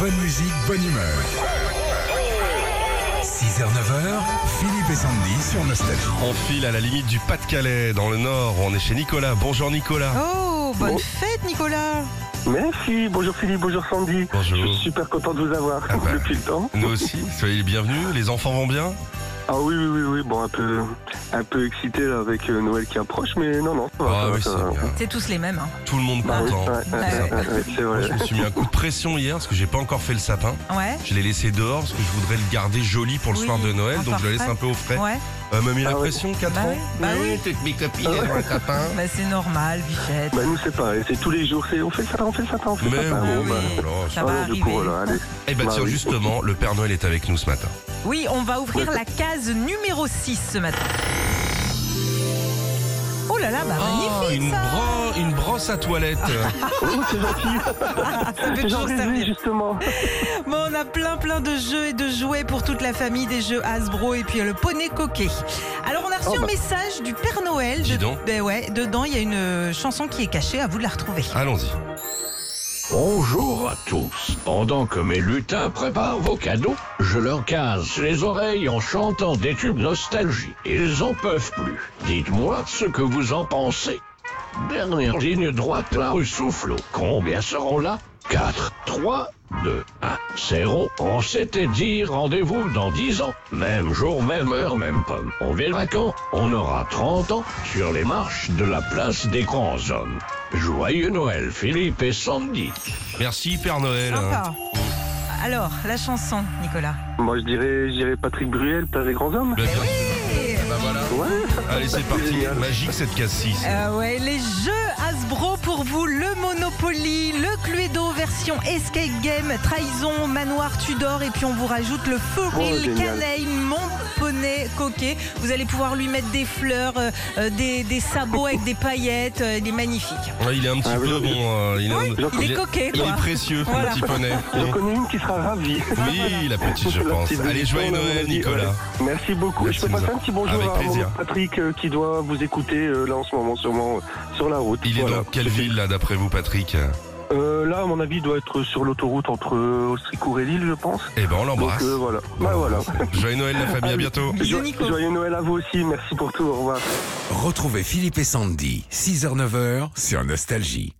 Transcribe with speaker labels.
Speaker 1: Bonne musique, bonne humeur. 6h, 9h, Philippe et Sandy sur Nostalgie.
Speaker 2: On file à la limite du Pas-de-Calais, dans le Nord. On est chez Nicolas. Bonjour Nicolas.
Speaker 3: Oh, bonne fête Nicolas
Speaker 4: Merci, bonjour Philippe, bonjour Sandy.
Speaker 2: Bonjour.
Speaker 4: Je suis super content de vous avoir
Speaker 2: Ah bah.
Speaker 4: depuis le temps.
Speaker 2: Nous aussi, soyez les bienvenus. Les enfants vont bien
Speaker 4: Ah oui, oui, oui, oui, bon, un peu, un peu excité là, avec euh, Noël qui approche, mais non, non, ça va,
Speaker 2: Ah
Speaker 4: ça va,
Speaker 2: oui,
Speaker 4: ça
Speaker 2: c'est
Speaker 4: va.
Speaker 2: bien.
Speaker 3: C'est tous les mêmes. hein.
Speaker 2: Tout le monde
Speaker 4: Ah oui,
Speaker 2: content.
Speaker 4: ouais, ouais, ouais, ouais, c'est
Speaker 2: Moi,
Speaker 4: vrai.
Speaker 2: je me suis mis un coup de pression hier parce que j'ai pas encore fait le sapin.
Speaker 3: Ouais.
Speaker 2: Je l'ai laissé dehors parce que je voudrais le garder joli pour le
Speaker 3: Oui,
Speaker 2: soir de Noël, donc je le laisse
Speaker 3: parfait.
Speaker 2: un peu au frais. Euh,
Speaker 3: Ouais.
Speaker 2: Elle m'a mis la
Speaker 4: Ah ouais.
Speaker 2: pression, 4
Speaker 3: Bah
Speaker 2: ans. Ah
Speaker 3: oui, bah oui.
Speaker 2: toutes mes copines elles ont un sapin.
Speaker 3: Bah c'est normal, Bichette.
Speaker 4: Bah, nous, c'est pareil, c'est tous les jours, c'est on fait ça, on fait ça, on fait
Speaker 2: Mais
Speaker 4: ça.
Speaker 2: oui,
Speaker 4: bon,
Speaker 3: oui.
Speaker 4: bah,
Speaker 2: oh là,
Speaker 3: Ça
Speaker 4: ah
Speaker 3: va
Speaker 4: non, du coup,
Speaker 3: arriver.
Speaker 4: voilà, allez.
Speaker 2: Eh ben
Speaker 4: Bah
Speaker 2: tiens,
Speaker 4: oui.
Speaker 2: justement, le Père Noël est avec nous ce matin.
Speaker 3: Oui, on va ouvrir la case numéro 6 ce matin. Oh là là, bah
Speaker 2: Oh,
Speaker 3: magnifique
Speaker 2: une,
Speaker 3: ça
Speaker 2: bro- une brosse à toilette.
Speaker 3: Ah, Ça peut
Speaker 4: Oh, C'est
Speaker 3: toujours
Speaker 4: genre
Speaker 3: servir.
Speaker 4: justement.
Speaker 3: Bon, on a plein plein de jeux et de jouets pour toute la famille, des jeux Hasbro et puis euh, le poney coquet. Alors on a reçu
Speaker 4: Oh,
Speaker 3: un
Speaker 4: bah.
Speaker 3: message du Père Noël.
Speaker 2: Dis
Speaker 3: De-
Speaker 2: donc.
Speaker 3: Ben ouais, dedans il y a une euh, chanson qui est cachée, à vous de la retrouver.
Speaker 2: Allons-y.
Speaker 5: Bonjour à tous. Pendant que mes lutins préparent vos cadeaux, je leur casse les oreilles en chantant des tubes nostalgie. Ils en peuvent plus. Dites-moi ce que vous en pensez. Dernière ligne droite, la rue Soufflot. Combien seront là 4, 3, 2, 1, 0. On s'était dit rendez-vous dans 10 ans. Même jour, même heure, même pomme. On verra quand on aura 30 ans sur les marches de la place des grands hommes. Joyeux Noël, Philippe et Sandy.
Speaker 2: Merci Père Noël.
Speaker 3: Sympa. Alors, la chanson, Nicolas.
Speaker 4: Moi, je dirais, je dirais Patrick Bruel, Place des grands hommes.
Speaker 2: Bah, bien sûr. Bah, voilà. Allez, c'est parti.
Speaker 4: Génial.
Speaker 2: Magique cette case 6.
Speaker 3: Euh, ouais, les jeux Hasbro pour vous, le Monopoly, le Cluedo version Escape Game, Trahison, Manoir Tudor et puis on vous rajoute le Fouril,
Speaker 4: Oh, génial.
Speaker 3: Canaille, Mon Poney, Coquet. Vous allez pouvoir lui mettre des fleurs, euh, euh, des, des sabots avec des paillettes, euh, il est magnifique.
Speaker 2: Ouais, il est un petit
Speaker 4: Ah,
Speaker 2: peu
Speaker 4: oui, oui.
Speaker 2: bon. euh, il, est,
Speaker 3: Il est coquet
Speaker 2: il est
Speaker 3: quoi.
Speaker 2: précieux,
Speaker 3: Voilà.
Speaker 2: mon petit poney.
Speaker 4: J'en connais une qui sera ravie.
Speaker 2: Oui, la petite, je
Speaker 4: La
Speaker 2: pense.
Speaker 4: petite
Speaker 2: Allez,
Speaker 4: émission,
Speaker 2: joyeux
Speaker 4: on a
Speaker 2: Noël,
Speaker 4: dit,
Speaker 2: Nicolas.
Speaker 4: ouais. Merci beaucoup.
Speaker 2: Merci
Speaker 4: je peux
Speaker 2: de nous
Speaker 4: passer
Speaker 2: avoir-
Speaker 4: un petit bonjour
Speaker 2: Avec
Speaker 4: à mon
Speaker 2: plaisir.
Speaker 4: Patrick euh, qui doit vous écouter euh, là en ce moment, sûrement euh, sur la route.
Speaker 2: Il est
Speaker 4: Voilà.
Speaker 2: dans quelle ville, là, d'après vous, Patrick
Speaker 4: Euh, Là, à mon avis, il doit être sur l'autoroute entre euh, Austricourt et Lille, je pense.
Speaker 2: Eh ben, on l'embrasse.
Speaker 4: Donc euh, voilà. Bah
Speaker 2: On
Speaker 4: voilà.
Speaker 2: l'embrasse. Joyeux Noël, la famille, à
Speaker 4: Allez.
Speaker 2: bientôt.
Speaker 3: Bisous,
Speaker 4: Jo-
Speaker 3: Nico.
Speaker 4: Joyeux Noël à vous aussi. Merci pour tout. Au revoir.
Speaker 1: Retrouvez Philippe et Sandy, 6h, 9h sur Nostalgie.